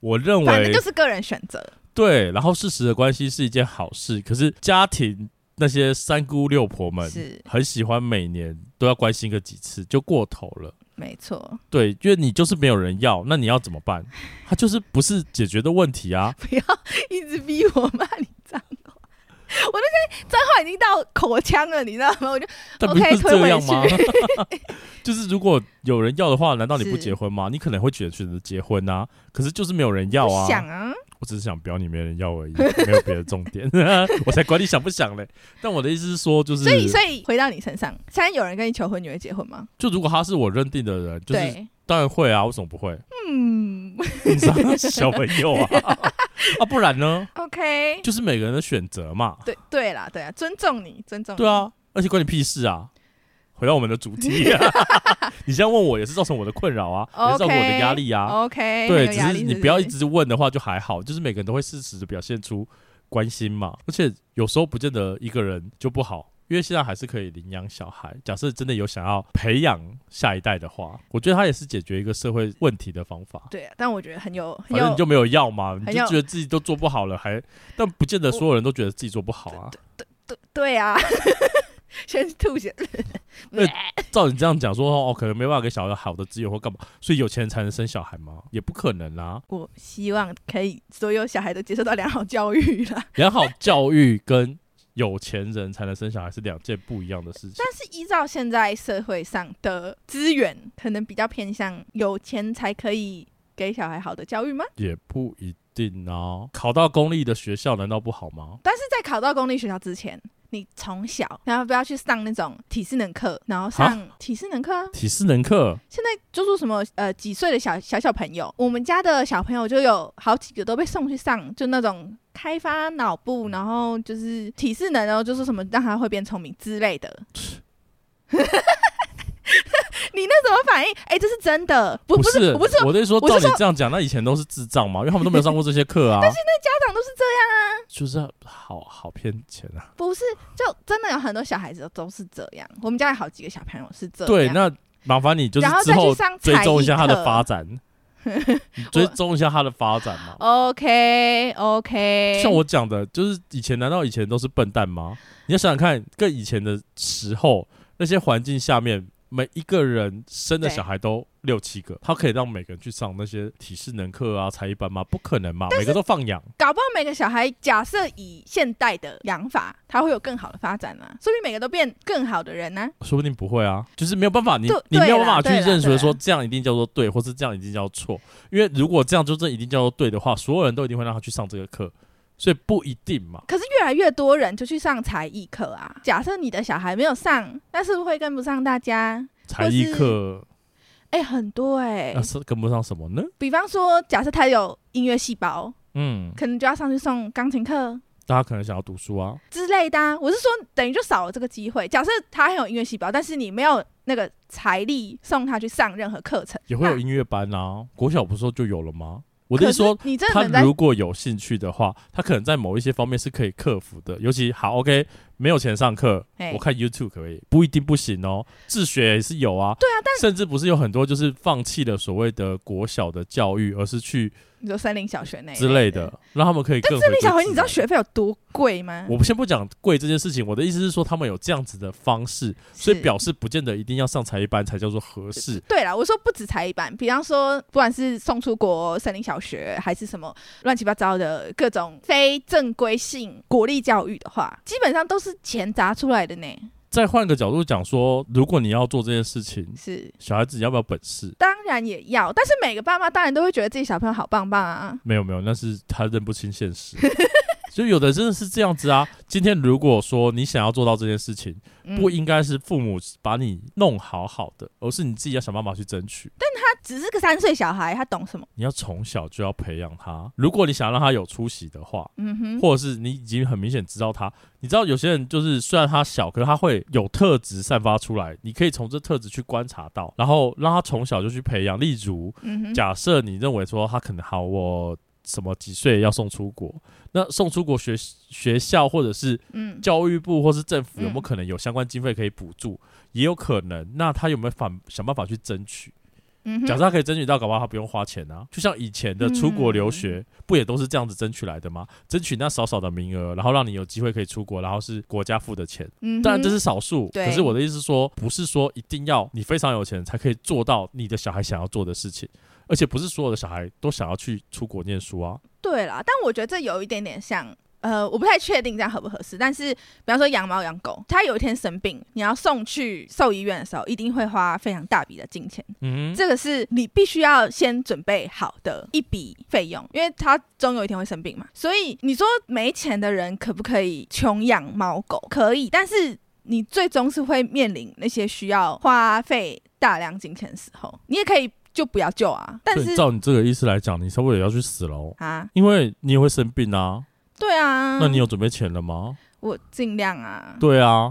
Speaker 1: 我认
Speaker 2: 反正
Speaker 1: 为
Speaker 2: 就是个人选择。
Speaker 1: 对，然后事实的关系是一件好事，可是家庭那些三姑六婆们
Speaker 2: 是
Speaker 1: 很喜欢每年都要关心个几次，就过头了。
Speaker 2: 没错，
Speaker 1: 对，因为你就是没有人要，那你要怎么办？他就是不是解决的问题啊！
Speaker 2: 不要一直逼我骂你脏话，我那些脏话已经到口腔了，你知道吗？我就
Speaker 1: 但不
Speaker 2: OK，
Speaker 1: 就是这样吗
Speaker 2: 推？
Speaker 1: 就是如果有人要的话，难道你不
Speaker 2: 是
Speaker 1: 结婚吗？你可能会选选择结婚啊，可是就是没有人要
Speaker 2: 不
Speaker 1: 啊。
Speaker 2: 想啊，
Speaker 1: 我只是想表你没人要而已，没有别的重点， 我才管你想不想嘞。但我的意思是说，就是
Speaker 2: 所以所以回到你身上，现在有人跟你求婚，你会结婚吗？
Speaker 1: 就如果他是我认定的人，就是
Speaker 2: 对，
Speaker 1: 当然会啊，为什么不 会？
Speaker 2: 嗯
Speaker 1: 你知道小朋友啊， 啊不然呢？
Speaker 2: ，OK，
Speaker 1: 就是每个人的选择嘛。
Speaker 2: 对对啦，对啊，尊重你，尊重你
Speaker 1: 对，啊，而且关你屁事啊！回到我们的主题、啊， 你现在问我也是造成我的困扰啊，也是造成我的压力啊。
Speaker 2: ，OK，
Speaker 1: 对，
Speaker 2: 哦哎很有
Speaker 1: 只
Speaker 2: 压
Speaker 1: 是
Speaker 2: 力
Speaker 1: 你
Speaker 2: 不
Speaker 1: 不要一直问的话就还好，就是每个人都会适时的表现出关心嘛。而且有时候不见得一个人就不好，因为现在还是可以领养小孩。假设真的有想要培养下一代的话，我觉得它也是解决一个社会问题的方法。
Speaker 2: 对啊，但我觉得很有很
Speaker 1: 反正
Speaker 2: 有
Speaker 1: 你就没有要嘛，你
Speaker 2: 很
Speaker 1: 就
Speaker 2: 有
Speaker 1: 觉得自己都做不好了，还但不见得所有人都觉得自己做不好啊。
Speaker 2: 对对啊， 先吐血，
Speaker 1: 照你这样讲说哦，可能没办法给小孩好的资源或干嘛，所以有钱人才能生小孩吗？也不可能啊。
Speaker 2: 我希望可以所有小孩都接受到良好教育啦。
Speaker 1: 良好教育跟有钱人才能生小孩是两件不一样的事情。
Speaker 2: 但是依照现在社会上的资源，可能比较偏向有钱才可以给小孩好的教育吗？
Speaker 1: 也不一定啊。考到公立的学校难道不好吗？
Speaker 2: 但是在考到公立学校之前，你从小然后不要去上那种体适能课，然后上体适能课啊。
Speaker 1: 体适能课
Speaker 2: 现在就说什么呃几岁的小小小朋友，我们家的小朋友就有好几个都被送去上，就那种开发脑部，然后就是体适能，然后就说什么让他会变聪明之类的。你那什么反应？哎、这是真的，不不
Speaker 1: 是
Speaker 2: 我不是
Speaker 1: 我的意思说，
Speaker 2: 我
Speaker 1: 照
Speaker 2: 是
Speaker 1: 你
Speaker 2: 说
Speaker 1: 这样讲，那以前都是智障嘛，因为他们都没有上过这些课 啊。但是
Speaker 2: 家长都是这样，
Speaker 1: 就是好好骗钱啊。
Speaker 2: 不是就真的有很多小孩子都是这样。我们家有好几个小朋友是这样，
Speaker 1: 对，那麻烦你就是
Speaker 2: 然后
Speaker 1: 之
Speaker 2: 再去
Speaker 1: 后
Speaker 2: 上
Speaker 1: 追
Speaker 2: 才
Speaker 1: 踪一下他的
Speaker 2: 艺
Speaker 1: 发
Speaker 2: 课。
Speaker 1: 展，你追踪一下他的发展 嘛。
Speaker 2: 哦 OK OK，
Speaker 1: 像我讲的，就是以前难道以前都是笨蛋吗？你要想想看，跟以前的时候那些环境下面每一个人生的
Speaker 2: 对
Speaker 1: 小孩都六七个，他可以让每个人去上那些体适能课啊、才艺班吗？不可能嘛，每个都放养。
Speaker 2: 搞不好每个小孩，假设以现代的养法，他会有更好的发展啊，说不定每个都变更好的人呢、
Speaker 1: 说不定不会啊，就是没有办法，你
Speaker 2: 对
Speaker 1: 你
Speaker 2: 对
Speaker 1: 没有
Speaker 2: 啦
Speaker 1: 办法去
Speaker 2: 对啦
Speaker 1: 认
Speaker 2: 对
Speaker 1: 识
Speaker 2: 啦
Speaker 1: 说这样一定叫做对，或是这样一定叫做错。因为如果这样就这一定叫做对的话，所有人都一定会让他去上这个课，所以不一定嘛。
Speaker 2: 可是越来越多人就去上才艺课啊。假设你的小孩没有上，那是不是会跟不上大家？
Speaker 1: 才艺
Speaker 2: 是
Speaker 1: 课
Speaker 2: 哎、很多哎、
Speaker 1: 那是跟不上什么呢？
Speaker 2: 比方说，假设他有音乐细胞，
Speaker 1: 嗯，
Speaker 2: 可能就要上去送钢琴课
Speaker 1: 大家可能想要读书啊，
Speaker 2: 之类的、啊。我是说，等于就少了这个机会。假设他很有音乐细胞，但是你没有那个财力送他去上任何课程，
Speaker 1: 也会有
Speaker 2: 那。
Speaker 1: 音乐班啊。国小不是说就有了吗？我
Speaker 2: 可
Speaker 1: 的意
Speaker 2: 是
Speaker 1: 思说，
Speaker 2: 你真的能
Speaker 1: 他
Speaker 2: 在
Speaker 1: 如果有兴趣的话，他可能在某一些方面是可以克服的。尤其好，OK，没有钱上课，
Speaker 2: 哎
Speaker 1: 我看 YouTube 可以，不一定不行哦。自学也是有啊，
Speaker 2: 对啊，但
Speaker 1: 甚至不是有很多就是放弃了所谓的国小的教育，而是去
Speaker 2: 你说森林小学那一
Speaker 1: 之类的，让他们可以更。
Speaker 2: 森林小学，你知道？学费有多贵吗？
Speaker 1: 我先不讲贵这件事情，我的意思是说，他们有这样子的方式，所以
Speaker 2: 是
Speaker 1: 表示不见得一定要上才艺班才叫做合适。
Speaker 2: 对啦，我说不止才艺班，比方说不管是送出国、森林小学，还是什么乱七八糟的各种非正规性国力教育的话，基本上都是钱砸出来的呢。
Speaker 1: 再换个角度讲说，如果你要做这件事情，
Speaker 2: 是，
Speaker 1: 小孩子你要不要本事？
Speaker 2: 当然也要，但是每个爸妈当然都会觉得自己小朋友好棒棒啊。
Speaker 1: 没有没有，那是他认不清现 实。所以有的真的是这样子啊。今天如果说你想要做到这件事情，
Speaker 2: 嗯
Speaker 1: 不应该是父母把你弄好好的，而是你自己要想办法去争取。
Speaker 2: 他只是个三岁小孩，他懂什么？
Speaker 1: 你要从小就要培养他。如果你想让他有出息的话，
Speaker 2: 嗯哼，
Speaker 1: 或者是你已经很明显知道他，你知道有些人就是虽然他小，可是他会有特质散发出来，你可以从这特质去观察到，然后让他从小就去培养。例如，
Speaker 2: 嗯哼，
Speaker 1: 假设你认为说他可能好，我什么几岁要送出国，那送出国学学校或者是
Speaker 2: 嗯，
Speaker 1: 教育部或是政府有没有
Speaker 2: 嗯
Speaker 1: 可能有相关经费可以补助，也有可能。那他有没有反想办法去争取？
Speaker 2: 嗯哼
Speaker 1: 假设他可以争取到，搞不好他不用花钱啊。就像以前的出国留学，
Speaker 2: 嗯
Speaker 1: 不也都是这样子争取来的吗？争取那少少的名额，然后让你有机会可以出国，然后是国家付的钱。
Speaker 2: 嗯哼
Speaker 1: 当然这是少数，
Speaker 2: 对
Speaker 1: 可是我的意思是说，不是说一定要你非常有钱才可以做到你的小孩想要做的事情，而且不是所有的小孩都想要去出国念书啊。
Speaker 2: 对啦，但我觉得这有一点点像，呃，我不太确定这样合不合适。但是，比方说养猫养狗，它有一天生病，你要送去兽医院的时候，一定会花非常大笔的金钱，
Speaker 1: 嗯哼，
Speaker 2: 这个是你必须要先准备好的一笔费用，因为它终有一天会生病嘛。所以你说没钱的人可不可以穷养猫狗？可以，但是你最终是会面临那些需要花费大量金钱的时候，你也可以就不要救啊。但
Speaker 1: 所以
Speaker 2: 是
Speaker 1: 照你这个意思来讲，你稍微也要去死喽，
Speaker 2: 啊，
Speaker 1: 因为你也会生病啊。
Speaker 2: 对啊，
Speaker 1: 那你有准备钱了吗？
Speaker 2: 我尽量啊。
Speaker 1: 对啊，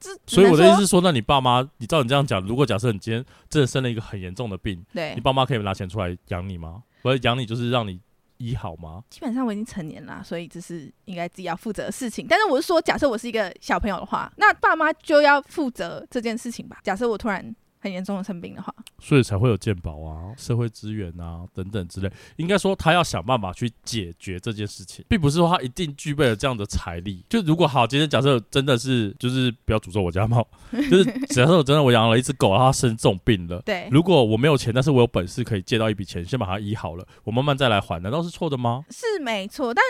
Speaker 2: 这只
Speaker 1: 所以我的
Speaker 2: 能
Speaker 1: 意思
Speaker 2: 说
Speaker 1: 是说，那你爸妈，你照你这样讲，如果假设你今天真的生了一个很严重的病，你
Speaker 2: 对，
Speaker 1: 爸妈可以拿钱出来养你吗？不是养你，就是让你医好吗？
Speaker 2: 基本上我已经成年啦，所以这是应该自己要负责的事情。但是我是说，假设我是一个小朋友的话，那爸妈就要负责这件事情吧。假设我突然很严重的生病的话，
Speaker 1: 所以才会有健保啊、社会资源啊等等之类。应该说，他要想办法去解决这件事情，并不是说他一定具备了这样的财力。就如果好，今天假设真的是，就是不要诅咒我家猫， 就是假设我真的我养了一只狗，然后它生重病了。
Speaker 2: 对，
Speaker 1: 如果我没有钱，但是我有本事可以借到一笔钱，先把它医好了，我慢慢再来还，难道是错的吗？
Speaker 2: 是没错，但。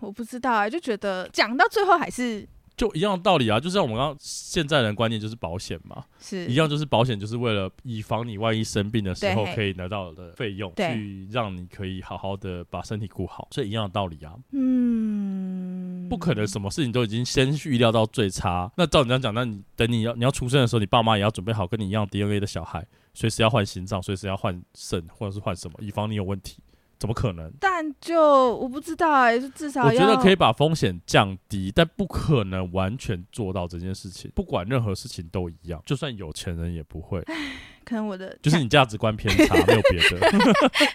Speaker 2: 我不知道啊，就觉得讲到最后还是
Speaker 1: 就一样的道理啊，就像我们刚刚现在人观念就是保险嘛，
Speaker 2: 是
Speaker 1: 一样就是保险就是为了以防你万一生病的时候
Speaker 2: 对
Speaker 1: 可以拿到的费用，
Speaker 2: 对
Speaker 1: 去让你可以好好的把身体顾好，所以一样的道理啊，
Speaker 2: 嗯，
Speaker 1: 不可能什么事情都已经先预料到最差。那照你这样讲，那你等你要你要出生的时候，你爸妈也要准备好跟你一样 DNA 的小孩，随时要换心脏，随时要换肾，或者是换什么，以防你有问题，怎么可能？
Speaker 2: 但就我不知道哎、就至少
Speaker 1: 我觉得
Speaker 2: 要
Speaker 1: 可以把风险降低，但不可能完全做到这件事情。不管任何事情都一样，就算有钱人也不会。
Speaker 2: 可能我的
Speaker 1: 就是你价值观偏 差，没有别的。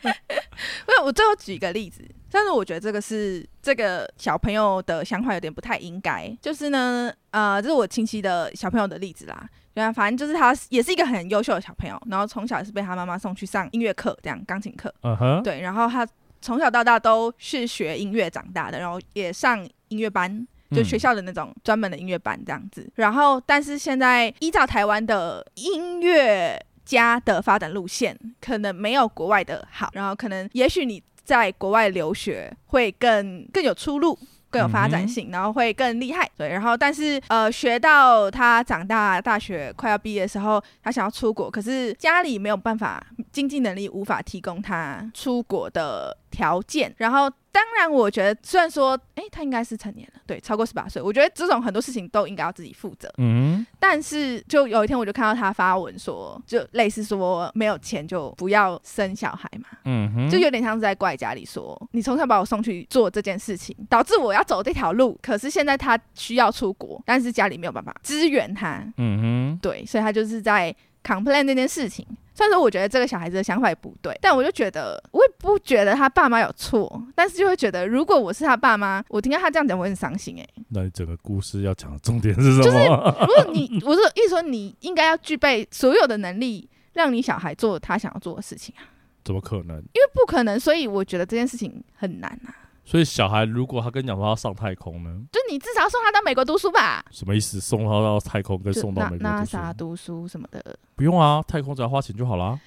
Speaker 2: 没有，我最后举一个例子，但是我觉得这个是这个小朋友的想法有点不太应该。就是呢，呃，这是我亲戚的小朋友的例子啦。然后反正就是他也是一个很优秀的小朋友，然后从小也是被他妈妈送去上音乐课，这样钢琴课。
Speaker 1: 嗯哼，
Speaker 2: 对，然后他从小到大都是学音乐长大的，然后也上音乐班，
Speaker 1: 嗯
Speaker 2: 就学校的那种专门的音乐班这样子。然后，但是现在依照台湾的音乐家的发展路线，可能没有国外的好，然后可能也许你在国外留学会更更有出路。更有发展性，然后会更厉害，对。然后，但是呃，学到他长大、大学快要毕业的时候，他想要出国，可是家里没有办法，经济能力无法提供他出国的条件。然后，当然，我觉得虽然说，诶，他应该是成年了，对，超过十八岁，我觉得这种很多事情都应该要自己负责。
Speaker 1: 嗯
Speaker 2: 但是就有一天我就看到他发文说，就类似说没有钱就不要生小孩嘛，
Speaker 1: 嗯哼，
Speaker 2: 就有点像是在怪家里说，你从小把我送去做这件事情，导致我要走这条路。可是现在他需要出国，但是家里没有办法支援他，
Speaker 1: 嗯
Speaker 2: 对，所以他就是在 complain 这件事情。虽然说我觉得这个小孩子的想法也不对，但我就觉得我也不觉得他爸妈有错，但是就会觉得如果我是他爸妈，我听到他这样讲我会很伤心哎、
Speaker 1: 哼，那你整个故事要讲的重点是什么？
Speaker 2: 如果你，我是意思说，你应该要具备所有的能力，让你小孩做他想要做的事情啊，
Speaker 1: 怎么可能？
Speaker 2: 因为不可能，所以我觉得这件事情很难啊。
Speaker 1: 所以小孩如果他跟你讲说他要上太空呢，
Speaker 2: 就你至少送他到美国读书吧，
Speaker 1: 什么意思？送他到太空跟
Speaker 2: 就
Speaker 1: 送到
Speaker 2: 那
Speaker 1: 美国
Speaker 2: 那
Speaker 1: 读书？
Speaker 2: 啥读书什么的。
Speaker 1: 不用啊，太空只要花钱就好啦，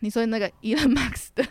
Speaker 2: 你说那个 Elon Musk 的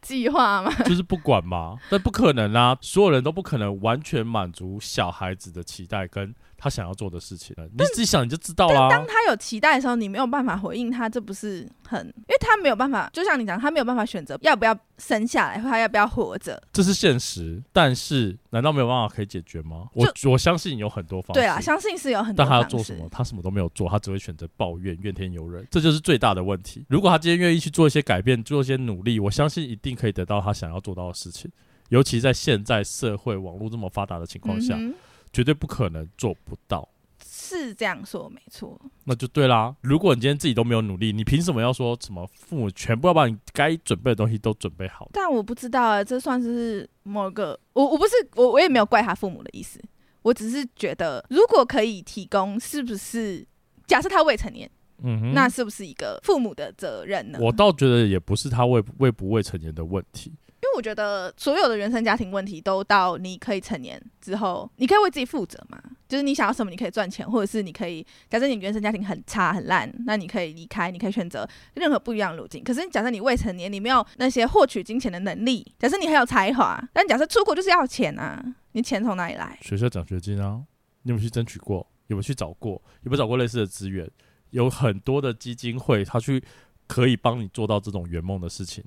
Speaker 2: 计划 吗？
Speaker 1: 就是不管嘛。但不可能啊，所有人都不可能完全满足小孩子的期待跟他想要做的事情了。你自己想你就知道啦。
Speaker 2: 当他有期待的时候，你没有办法回应他，这不是很？因为他没有办法，就像你讲，他没有办法选择要不要生下来，或他要不要活着。
Speaker 1: 这是现实，但是难道没有办法可以解决吗？我我相信有很多方式。
Speaker 2: 对啊，相信是有很多
Speaker 1: 但他要
Speaker 2: 方
Speaker 1: 做
Speaker 2: 式
Speaker 1: 什。么？他什么都没有做，他只会选择抱怨、怨天尤人，这就是最大的问题。如果他今天愿意去做一些改变，做一些努力，我相信一定可以得到他想要做到的事情。尤其在现在社会网络这么发达的情况下，
Speaker 2: 嗯哼
Speaker 1: 绝对不可能做不到，
Speaker 2: 是这样说没错。
Speaker 1: 那就对啦。如果你今天自己都没有努力，你凭什么要说什么父母全部要把你该准备的东西都准备好？
Speaker 2: 但我不知道啊，这算是某个我我不是我我也没有怪他父母的意思，我只是觉得如果可以提供，是不是假设他未成年，
Speaker 1: 嗯哼，
Speaker 2: 那是不是一个父母的责任呢？
Speaker 1: 我倒觉得也不是他未未不未成年的问题，
Speaker 2: 因为我觉得所有的原生家庭问题都到你可以成年之后，你可以为自己负责嘛，就是你想要什么，你可以赚钱，或者是你可以假设你原生家庭很差很烂，那你可以离开，你可以选择任何不一样的路径。可是假设你未成年，你没有那些获取金钱的能力，假设你很有才华，但假设出国就是要钱啊，你钱从哪里来？
Speaker 1: 学校奖学金啊，你有没有去争取过？有没有去找过？有没有找过类似的资源？有很多的基金会，他去可以帮你做到这种圆梦的事情。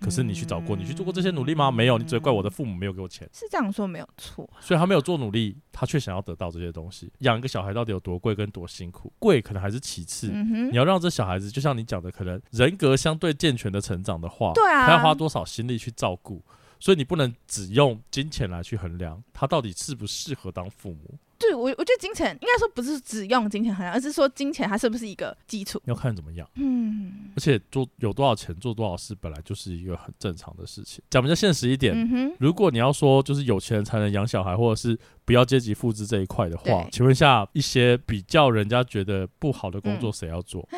Speaker 1: 可是你去找过，你去做过这些努力吗？没有，你只会怪我的父母没有给我钱，
Speaker 2: 是这样说没有错，
Speaker 1: 所以他没有做努力，他却想要得到这些东西。养一个小孩到底有多贵跟多辛苦？贵可能还是其次，
Speaker 2: 嗯
Speaker 1: 你
Speaker 2: 哼，
Speaker 1: 要让这小孩子，就像你讲的，可能人格相对健全的成长的话，
Speaker 2: 对啊
Speaker 1: 他要花多少心力去照顾，所以你不能只用金钱来去衡量他到底适不适合当父母，
Speaker 2: 对我我觉得金钱应该说不是只用金钱衡量，而是说金钱它是不是一个基础，
Speaker 1: 要看怎么样。
Speaker 2: 嗯
Speaker 1: 而且做有多少钱做多少事，本来就是一个很正常的事情。讲比较现实一点，
Speaker 2: 嗯哼。
Speaker 1: 如果你要说就是有钱人才能养小孩，或者是不要阶级复制这一块的话
Speaker 2: 对，
Speaker 1: 请问一下，一些比较人家觉得不好的工
Speaker 2: 嗯
Speaker 1: 作谁要做？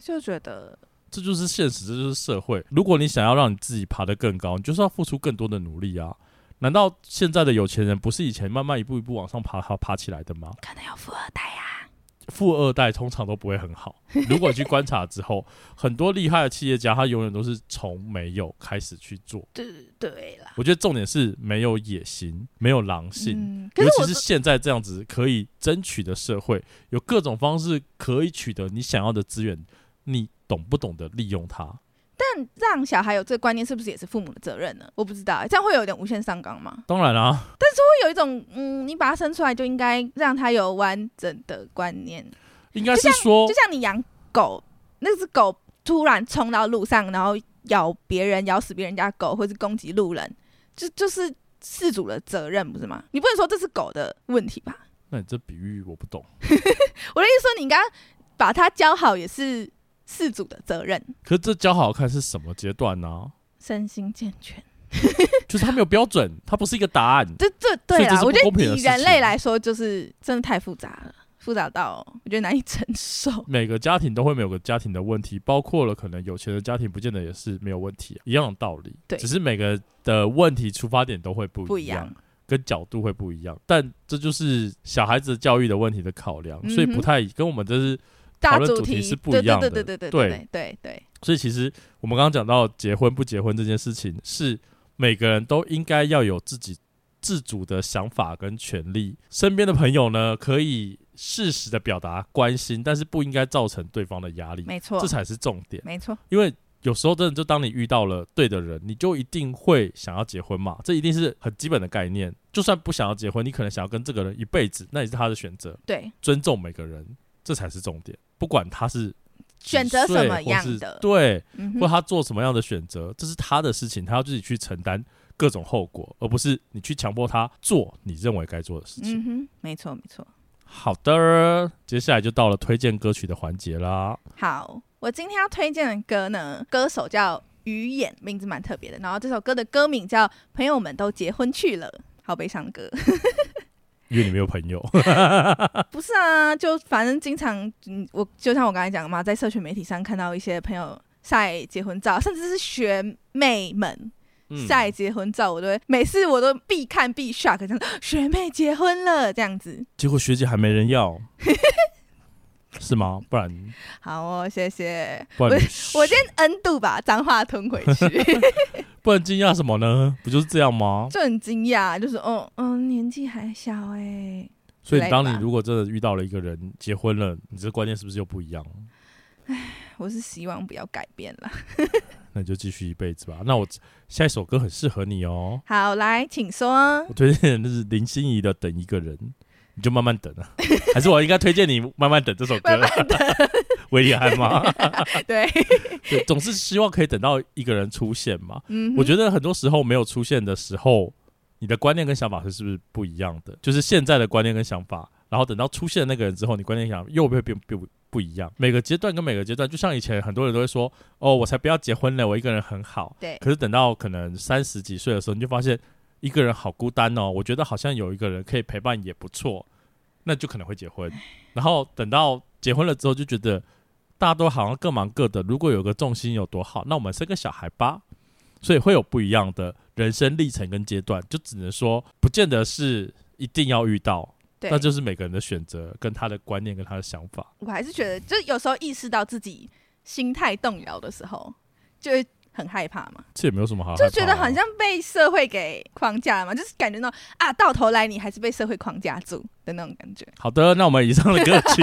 Speaker 2: 就觉得
Speaker 1: 这就是现实，这就是社会。如果你想要让你自己爬得更高，你就是要付出更多的努力啊！难道现在的有钱人不是以前慢慢一步一步往上爬、爬爬起来的吗？
Speaker 2: 可能有富二代呀、
Speaker 1: 富二代通常都不会很好。如果你去观察之后， 很多厉害的企业家，他永远都是从没有开始去做。
Speaker 2: 对对啦。
Speaker 1: 我觉得重点是没有野心，没有狼性。
Speaker 2: 嗯，可
Speaker 1: 尤
Speaker 2: 是
Speaker 1: 其
Speaker 2: 我
Speaker 1: 是现在这样子可以争取的社会，有各种方式可以取得你想要的资源，你懂不懂得利用它？
Speaker 2: 但让小孩有这个观念，是不是也是父母的责任呢？我不知道欸、这样会有点无限上纲吗？
Speaker 1: 当然啦、啊
Speaker 2: 会有一种嗯，你把他生出来就应该让他有完整的观念，
Speaker 1: 应该是说
Speaker 2: 就，像你养狗，那只狗突然冲到路上，然后咬别人，咬死别人家的狗，或是攻击路人，就就是事主的责任，不是吗？你不能说这是狗的问题吧？
Speaker 1: 那你这比喻我不懂。
Speaker 2: 我的意思说，你应该把它教好，也是事主的责任，
Speaker 1: 可是这教好看是什么阶段呢、
Speaker 2: 身心健全。
Speaker 1: 就是它没有标准，它不是一个答案。
Speaker 2: 这这
Speaker 1: 所以
Speaker 2: 对
Speaker 1: 这
Speaker 2: 啦，
Speaker 1: 是
Speaker 2: 我
Speaker 1: 不
Speaker 2: 觉
Speaker 1: 公
Speaker 2: 得
Speaker 1: 平的
Speaker 2: 以
Speaker 1: 事
Speaker 2: 人
Speaker 1: 情
Speaker 2: 类来说，就是真的太复杂了，复杂到我觉得难以承受。
Speaker 1: 每个家庭都会每个家庭的问题，包括了可能有钱的家庭不见得也是没有问题、啊，一样的道理。
Speaker 2: 对
Speaker 1: 只是每个的问题出发点都会不
Speaker 2: 不
Speaker 1: 一
Speaker 2: 一样，
Speaker 1: 跟角度会不一样，但这就是小孩子教育的问题的考量，所以
Speaker 2: 嗯
Speaker 1: 不
Speaker 2: 哼
Speaker 1: 太跟我们这是，
Speaker 2: 大
Speaker 1: 讨论
Speaker 2: 主
Speaker 1: 主题
Speaker 2: 题
Speaker 1: 是不
Speaker 2: 对
Speaker 1: 一样
Speaker 2: 对
Speaker 1: 的
Speaker 2: 对对对
Speaker 1: 对
Speaker 2: 对对对，
Speaker 1: 所以其实我们刚刚讲到结婚不结婚这件事情，是每个人都应该要有自己自主的想法跟权利。身边的朋友呢，可以适时的表达关心，但是不应该造成对方的压力，
Speaker 2: 没错
Speaker 1: 这，才是重点。
Speaker 2: 没错，
Speaker 1: 因为有时候真的就当你遇到了对的人，你就一定会想要结婚嘛，这一定是很基本的概念。就算不想要结婚，你可能想要跟这个人一辈子，那也是他的选择。
Speaker 2: 对，
Speaker 1: 尊重每个人，这才是重点。不管他是几
Speaker 2: 选择
Speaker 1: 岁
Speaker 2: 什么样
Speaker 1: 或是
Speaker 2: 的
Speaker 1: 对，
Speaker 2: 嗯
Speaker 1: 或
Speaker 2: 哼，
Speaker 1: 他做什么样的选择，这是他的事情，他要自己去承担各种后果，而不是你去强迫他做你认为该做的事情。
Speaker 2: 嗯哼，没错没错。
Speaker 1: 好的，接下来就到了推荐歌曲的环节啦。
Speaker 2: 好，我今天要推荐的歌呢，歌手叫鱼眼，名字蛮特别的。然后这首歌的歌名叫《朋友们都结婚去了》，好悲伤的歌。
Speaker 1: 因为你没有朋友，
Speaker 2: 不是啊，就反正经常，嗯，我就像我刚才讲的嘛，在社群媒体上看到一些朋友晒结婚照，甚至是学妹们
Speaker 1: 嗯
Speaker 2: 晒结婚照，我都会每次我都必看必 shock，这样学妹结婚了这样子。
Speaker 1: 结果学姐还没人 要，是吗？不然
Speaker 2: 好哦，谢谢。
Speaker 1: 不然你
Speaker 2: 我今天 N 度把脏话吞回 去，
Speaker 1: 不然惊讶什么呢？不就是这样吗？
Speaker 2: 就很惊讶，就是哦，嗯，年纪还小哎、
Speaker 1: 所以
Speaker 2: 之类
Speaker 1: 当你
Speaker 2: 吧
Speaker 1: 如果真的遇到了一个人结婚了，你这观念是不是又不一样？
Speaker 2: 我是希望不要改变了。
Speaker 1: 那你就继续一辈子吧。那我下一首歌很适合你哦，
Speaker 2: 好，来，请说
Speaker 1: 我。推荐的是林心怡的《等一个人》，你就慢慢等啊。 还是我应该推荐你《慢慢等》这首歌？啊
Speaker 2: 慢慢
Speaker 1: 维里安吗？
Speaker 2: 对，
Speaker 1: 对，总是希望可以等到一个人出现嘛。
Speaker 2: 嗯哼，
Speaker 1: 我觉得很多时候没有出现的时候，你的观念跟想法是是不是不一样的？就是现在的观念跟想法，然后等到出现那个人之后，你观念想法又会变变不不一样。每个阶段跟每个阶段，就像以前很多人都会说：“哦，我才不要结婚呢，我一个人很好。”
Speaker 2: 对
Speaker 1: 可是等到可能三十几岁的时候，你就发现一个人好孤单哦。我觉得好像有一个人可以陪伴也不错，那就可能会结婚。 然后等到结婚了之后，就觉得大家都好像各忙各的。如果有个重心有多好，那我们生个小孩吧。所以会有不一样的人生历程跟阶段，就只能说不见得是一定要遇到，
Speaker 2: 对，
Speaker 1: 那就是每个人的选择、跟他的观念、跟他的想法。
Speaker 2: 我还是觉得，就有时候意识到自己心态动摇的时候，就会很害怕嘛，
Speaker 1: 这也没有什么好害怕
Speaker 2: 就
Speaker 1: 啊，
Speaker 2: 觉得好像被社会给框架了嘛，就是感觉到啊，到头来你还是被社会框架住的那种感觉。
Speaker 1: 好的。那我们以上的歌 曲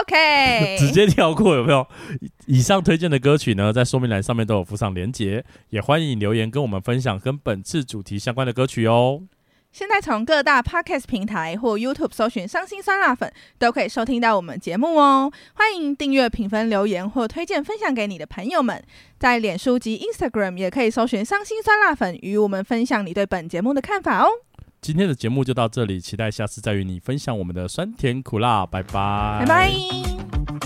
Speaker 2: OK，
Speaker 1: 啊直接跳过，有没有？以以上推荐的歌曲呢，在说明栏上面都有附上连结，也欢迎你留言跟我们分享跟本次主题相关的歌曲哦。
Speaker 2: 现在从各大 Podcast 平台或 YouTube 搜寻“伤心酸辣粉”，都可以收听到我们节目哦。欢迎订阅、评分、留言或推荐分享给你的朋友们。在脸书及 Instagram 也可以搜寻“伤心酸辣粉”，与我们分享你对本节目的看法哦。
Speaker 1: 今天的节目就到这里，期待下次再与你分享我们的酸甜苦辣，拜拜，
Speaker 2: 拜拜。